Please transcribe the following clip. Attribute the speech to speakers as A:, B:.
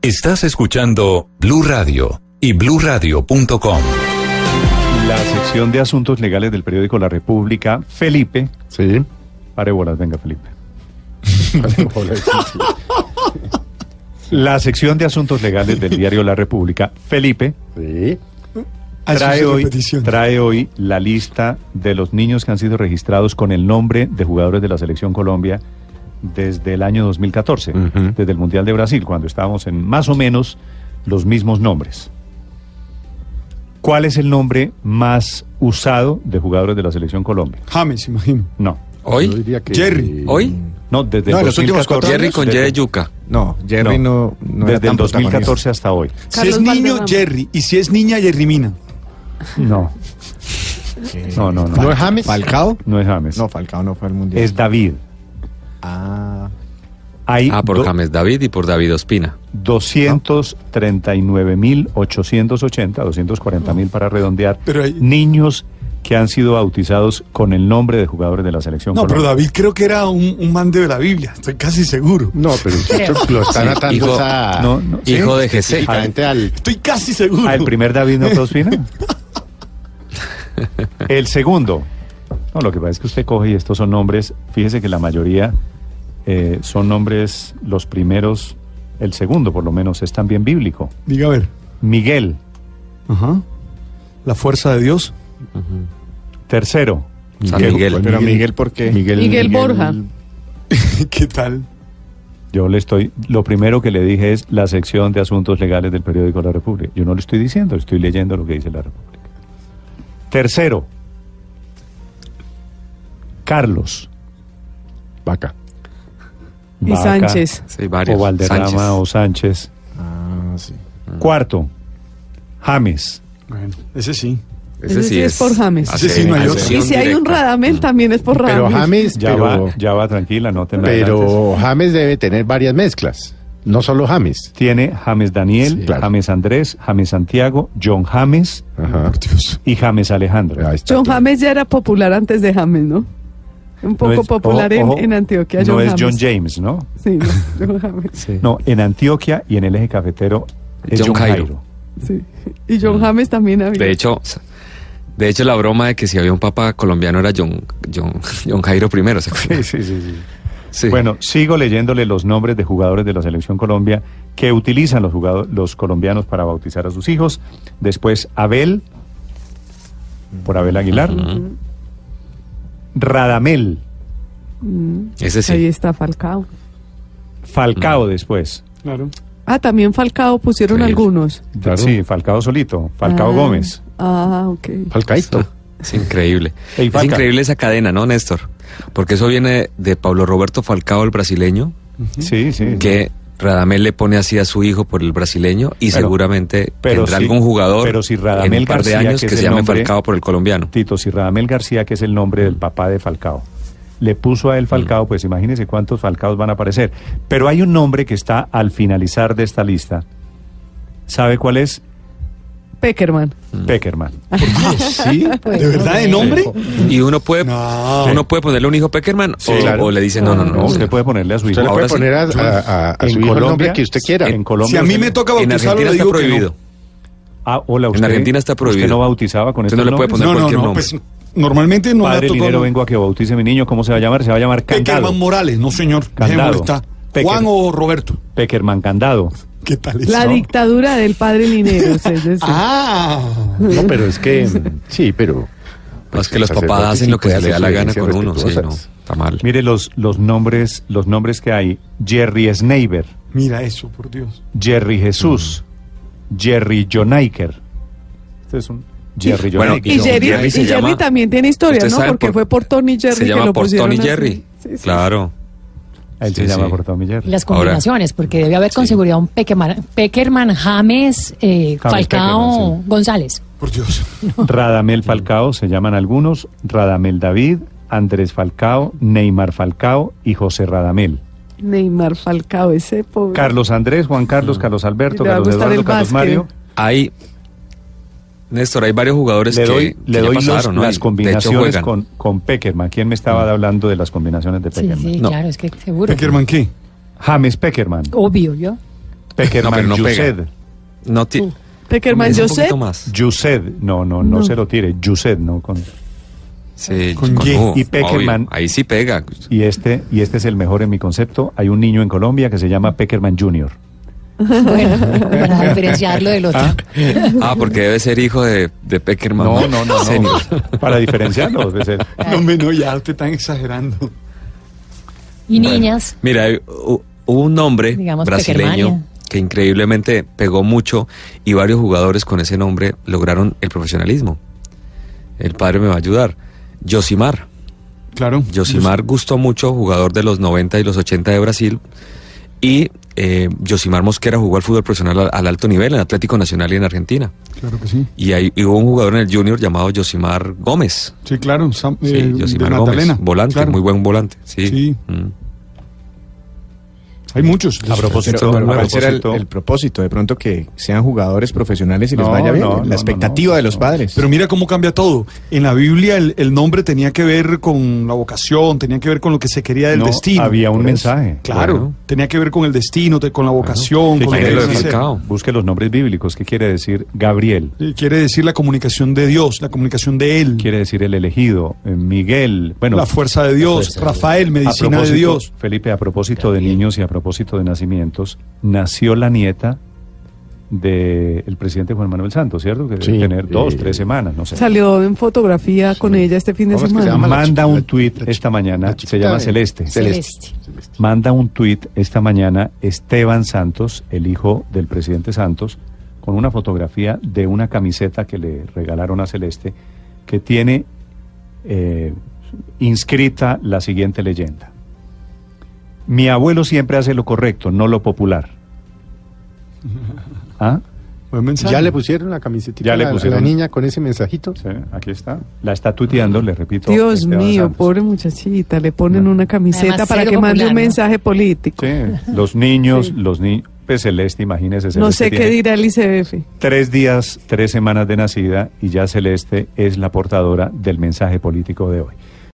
A: Estás escuchando Blue Radio y BlueRadio.com.
B: La sección de asuntos legales del periódico La República, Felipe.
C: Sí.
B: Pare bolas, venga, Felipe.
C: Hola, sí, sí.
B: La sección de asuntos legales del diario La República, Felipe,
C: Sí.
B: trae
C: Ah,
D: Hace su
B: hoy,
D: repetición.
B: trae hoy la lista de los niños que han sido registrados con el nombre de jugadores de la Selección Colombia desde el año 2014,
C: Ujú.
B: desde el Mundial de Brasil, cuando estábamos en más o menos los mismos nombres. ¿Cuál es el nombre más usado de jugadores de la Selección Colombia?
D: James, imagino.
B: No,
C: Yo
E: ¿Hoy?
C: diría que-
D: Jerry.
E: ¿Hoy?
B: no, desde
D: No,
B: el
D: en los últimos
B: 2014,
D: cuatro
E: Jerry con Y
B: desde-
E: de yuca.
C: No, Jerry no, no era
B: desde el
C: tan protagonista.
B: 2014 hasta hoy.
D: Si es niño, Jerry. Y si es niña, Jerry Mina.
B: No, no, no, no.
C: ¿No es James? ¿Falcao?
B: No es James.
C: No, Falcao no fue al Mundial.
B: es David.
C: Ah,
B: Hay
E: Ah, por
B: do-
E: James David y por David Ospina.
B: 239.880, 240.000 para redondear,
D: Pero hay-
B: niños que han sido bautizados con el nombre de jugadores de la selección.
D: No, pero
B: Colombia.
D: David creo que era un, un man de la Biblia. Estoy casi seguro.
C: no, pero muchachos lo están
E: Sí,
C: atando
E: hijo-
C: a...
B: no, no,
C: Sí,
E: hijo de Jesé.
C: específicamente al...
D: Estoy casi seguro.
B: Ah, el primer David no fue Ospina. el segundo. No, lo que pasa es que usted coge y estos son nombres. Fíjese que la mayoría eh, son nombres, los primeros, el segundo por lo menos, es también bíblico.
D: Diga a ver.
B: Miguel,
D: Ajá. La fuerza de Dios.
B: tercero.
E: San
B: Miguel.
E: Miguel.
C: Pero Miguel, ¿por qué?
B: Miguel-
F: Miguel Borja.
D: ¿Qué tal?
B: Yo le estoy, lo primero que le dije es la sección de asuntos legales del periódico La República. Yo no le estoy diciendo, estoy leyendo lo que dice La República. Tercero, Carlos
C: Vaca.
F: Y
B: Vaca,
F: Sánchez.
E: Sí, varios.
B: o Valderrama
E: Sánchez.
B: o Sánchez.
C: Ah, sí.
B: Cuarto, James.
D: Bueno, ese sí.
F: Ese sí es por James.
E: hace-
D: Ese sí no hay otro.
E: acción
F: Y si hay un
E: directa.
F: Radamel, también es por Radamel.
C: Pero James,
B: Ya
C: pero,
B: va, ya va tranquila, no te me adelantes.
C: pero James debe tener varias mezclas. No solo James.
B: Tiene James Daniel,
C: Sí, claro.
B: James Andrés, James Santiago, John James
C: Ajá.
D: Dios.
B: y James Alejandro.
C: Ahí está
F: John
C: todo.
F: James ya era popular antes de James, ¿no? Un poco
B: No es-
F: popular
B: ojo,
F: en-
B: ojo,
F: en, Antioquia.
B: No es John
F: James.
B: James, ¿no?
F: Sí, no, John James.
E: Sí.
B: No, en Antioquia y en el eje cafetero es John,
E: John
B: Jairo.
E: Jairo.
F: sí. Y John James también había.
E: De hecho, de hecho, la broma de que si había un papa colombiano era John, John, John Jairo I, ¿se
B: Sí,
E: acuerdan?
B: sí, sí, sí.
E: Sí.
B: Bueno, sigo leyéndole los nombres de jugadores de la Selección Colombia que utilizan los, jugado- los colombianos para bautizar a sus hijos. Después Abel, por Abel Aguilar. Radamel,
E: Ese
F: Ahí
E: sí.
F: está Falcao.
B: Falcao después.
D: Claro.
F: Ah, también Falcao pusieron
E: Sí.
F: algunos.
C: Claro.
B: Sí, Falcao solito, Falcao
F: Ah,
B: Gómez.
F: Ah, ok.
C: Falcaito.
E: Es increíble.
B: Ey,
E: es
B: Falca.
E: increíble esa cadena, ¿no, Néstor? Porque eso viene de Pablo Roberto Falcao, el brasileño,
B: Sí, sí.
E: que Radamel le pone así a su hijo por el brasileño y
B: Pero-
E: seguramente
B: pero
E: tendrá
B: si-
E: algún jugador
B: pero si
E: en
B: Radamel
E: un par de
B: García,
E: años
B: que
E: que,
B: es
E: se
B: el
E: llame
B: nombre-
E: Falcao por el colombiano.
B: Tito Radamel García, que es el nombre del papá de Falcao. Le puso a él
E: Mm.
B: Falcao, pues imagínense cuántos Falcaos van a aparecer. Pero hay un nombre que está al finalizar de esta lista. ¿Sabe cuál es?
F: Peckerman.
E: Mm.
B: Peckerman.
D: Ah, ¿Sí? ¿De verdad de nombre?
E: Y uno puede,
D: No.
E: uno puede ponerle un hijo Peckerman
C: Sí,
E: o,
C: claro.
E: o le dice no, no, no.
B: No,
E: no,
B: usted
E: no.
B: puede ponerle a su hijo.
C: Usted le
E: Ahora
C: puede
E: sí.
C: poner a, a- a- a su hijo el nombre que usted quiera.
B: En Colombia.
D: Si a mí
B: se-
D: me toca
E: En
D: bautizarlo,
E: Argentina
D: le
E: está
D: digo que no.
E: prohibido.
B: Ah, hola, usted.
E: Argentina está prohibido.
B: Usted no bautizaba con
E: Usted
B: esto.
E: no le puede poner
D: No, no,
E: cualquier
D: no.
E: nombre.
D: Pues normalmente no me
B: Padre
D: ha tocado.
B: Linero, vengo a que bautice mi niño. ¿Cómo se va a llamar? Se va a llamar Candado.
D: Peckerman Morales, no señor.
B: Candado.
D: Dejémoslo, está.
B: Peckerman.
D: Juan o Roberto.
B: Peckerman Candado.
D: ¿Qué tal eso?
F: La dictadura del padre Lineros. Es decir,
D: Ah.
C: No, pero es que. mm, Sí, pero.
E: No, es
C: pues
E: que los
C: el sacerdote
E: papás hacen
C: sí
E: lo que
C: puede
E: se le da
C: hacer
E: la gana
C: sugerencias
E: con uno. Sí, no,
C: respetuosas.
E: está mal.
B: Mire los, los nombres, los nombres que hay. Jerry Sneiber,
D: Mira eso, por Dios.
B: Jerry Jesús, Jerry Jonaiker. Este es un Jerry
E: Bueno,
B: Jonaiker.
F: y
E: no,
F: Jerry,
E: Jerry
F: y
E: se
F: Jerry
E: llama-
F: también tiene historia,
E: Ustedes
F: ¿no?
E: saben
F: Porque
E: por-
F: fue por Tony Jerry
E: se
F: que
E: llama
F: lo
E: por
F: pusieron
E: Tony
F: así.
E: Jerry.
F: Sí, sí.
E: Claro.
B: A él
E: Sí,
B: se llama
E: sí.
B: por Tom y Jerry.
G: Y las combinaciones, porque debe haber con seguridad un Peckerman, Peckerman James, eh,
B: James
G: Falcao,
B: Peckerman,
G: González.
D: Por Dios.
B: Radamel Falcao se llaman algunos, Radamel David, Andrés Falcao, Neymar Falcao y José Radamel.
F: Neymar Falcao, ese pobre.
B: Carlos Andrés, Juan Carlos,
E: Mm.
B: Carlos Alberto,
F: Le va a
B: Carlos
F: gustar
B: Eduardo,
F: el
B: Carlos
F: básquet.
B: Mario.
E: Hay, Néstor, hay varios jugadores
B: le
E: que,
B: doy, le
E: que ya
B: doy los-
E: pasaron, ¿no? Y, de
B: las
E: hecho,
B: combinaciones
E: juegan.
B: con, con Peckerman. ¿Quién me estaba hablando de las combinaciones de
G: Sí,
B: Peckerman?
G: sí,
E: No.
G: claro, es que seguro.
D: Peckerman, ¿qué?
B: James Peckerman.
G: Obvio, yo.
E: No,
B: Peckerman,
E: pero no pega.
B: Yused.
E: No ti-
G: Uh.
F: Peckerman,
E: es un
F: yo sé.
E: poquito más.
B: Yused. No, no, no,
F: No.
B: se lo tire. Yused, ¿no? Con-
E: Sí,
D: Con Ye-
E: U,
B: y Peckerman.
E: obvio. Ahí sí pega.
B: y, este, y este es el mejor en mi concepto. Hay un niño en Colombia que se llama Peckerman Jr.
G: Bueno, para diferenciarlo del otro.
E: Ah, porque debe ser hijo de, de Peckerman.
B: No, no, no, no.
E: Senior.
B: Para diferenciarlo. debe ser.
D: No, me no, ya te están exagerando.
G: Y niñas.
E: Mira, hay- hu- hubo un nombre
G: Digamos,
E: brasileño
G: Peckermania.
E: que increíblemente pegó mucho y varios jugadores con ese nombre lograron el profesionalismo. El padre me va a ayudar. Josimar.
D: Claro.
E: Josimar gustó mucho, jugador de los 90 y los 80 de Brasil. Y eh, Josimar Mosquera jugó al fútbol profesional al, al alto nivel en Atlético Nacional y en Argentina.
D: Claro que sí.
E: Y ahí y hubo un jugador en el Junior llamado Josimar Gómez.
D: Sí, claro. Sam-
E: Sí,
D: eh, de
E: Josimar Gómez.
D: Magdalena.
E: Volante,
D: Claro.
E: muy buen volante. Sí.
D: Sí.
E: Mm.
D: Hay muchos.
B: A propósito,
C: Pero, pero
B: a
C: ¿cuál será el,
B: propósito-
C: el propósito? De pronto que sean jugadores profesionales y les
B: No,
C: vaya bien.
B: no, no, no,
C: la expectativa
B: no,
C: de los
B: no.
C: padres.
D: Pero mira cómo cambia todo. En la Biblia el, el nombre tenía que ver con la vocación, tenía que ver con lo que se quería del
B: No,
D: destino.
B: había un
D: Por eso.
B: mensaje.
D: Claro,
E: Bueno.
D: tenía que ver con el destino, te- con la vocación,
B: ¿Qué
D: con
B: quiere
D: lo que
E: Lo de
B: decir?
D: querías hacer.
E: Falcao.
B: Busque los nombres bíblicos. ¿Qué quiere decir Gabriel?
D: Eh, Quiere decir la comunicación de Dios, la comunicación de Él,
B: Quiere decir el elegido. eh, Miguel. Bueno,
D: la fuerza de Dios, Rafael,
B: A
D: medicina de
B: propósito,
D: Dios.
B: Felipe, a propósito de niños y a propósito de nacimientos, nació la nieta del presidente Juan Manuel Santos, ¿cierto? Que debe
C: Sí.
B: tener dos,
C: Eh,
B: tres semanas, no sé.
F: Salió en fotografía con ella este fin de
C: ¿Cómo es que
F: semana.
C: se llama? la
B: Manda
C: chica-
B: un
C: la-
B: tuit
C: la
B: esta
C: chica-
B: mañana,
C: la chica
B: se llama
C: de-
B: Celeste.
C: Celeste. Celeste.
B: Manda un tuit esta mañana Esteban Santos, el hijo del presidente Santos, con una fotografía de una camiseta que le regalaron a Celeste, que tiene eh, inscrita la siguiente leyenda. Mi abuelo siempre hace lo correcto, no lo popular. ¿Ah?
D: Buen mensaje.
C: ¿Ya le pusieron la camiseta
B: Ya le
C: a
B: pusieron.
C: la niña con ese mensajito?
B: Sí, aquí está. La está tuiteando, le repito.
F: Dios
B: Esteban
F: mío,
B: Santos.
F: pobre muchachita, le ponen una camiseta
G: Además,
F: para
G: cero
F: que mande
G: popular,
F: un
G: ¿no?
F: mensaje político.
B: Sí, los niños, los niños. Pues Celeste, imagínese.
F: No
B: Celeste
F: sé qué
B: tiene
F: dirá el ICBF.
B: Tres días, tres semanas de nacida y ya Celeste es la portadora del mensaje político de hoy.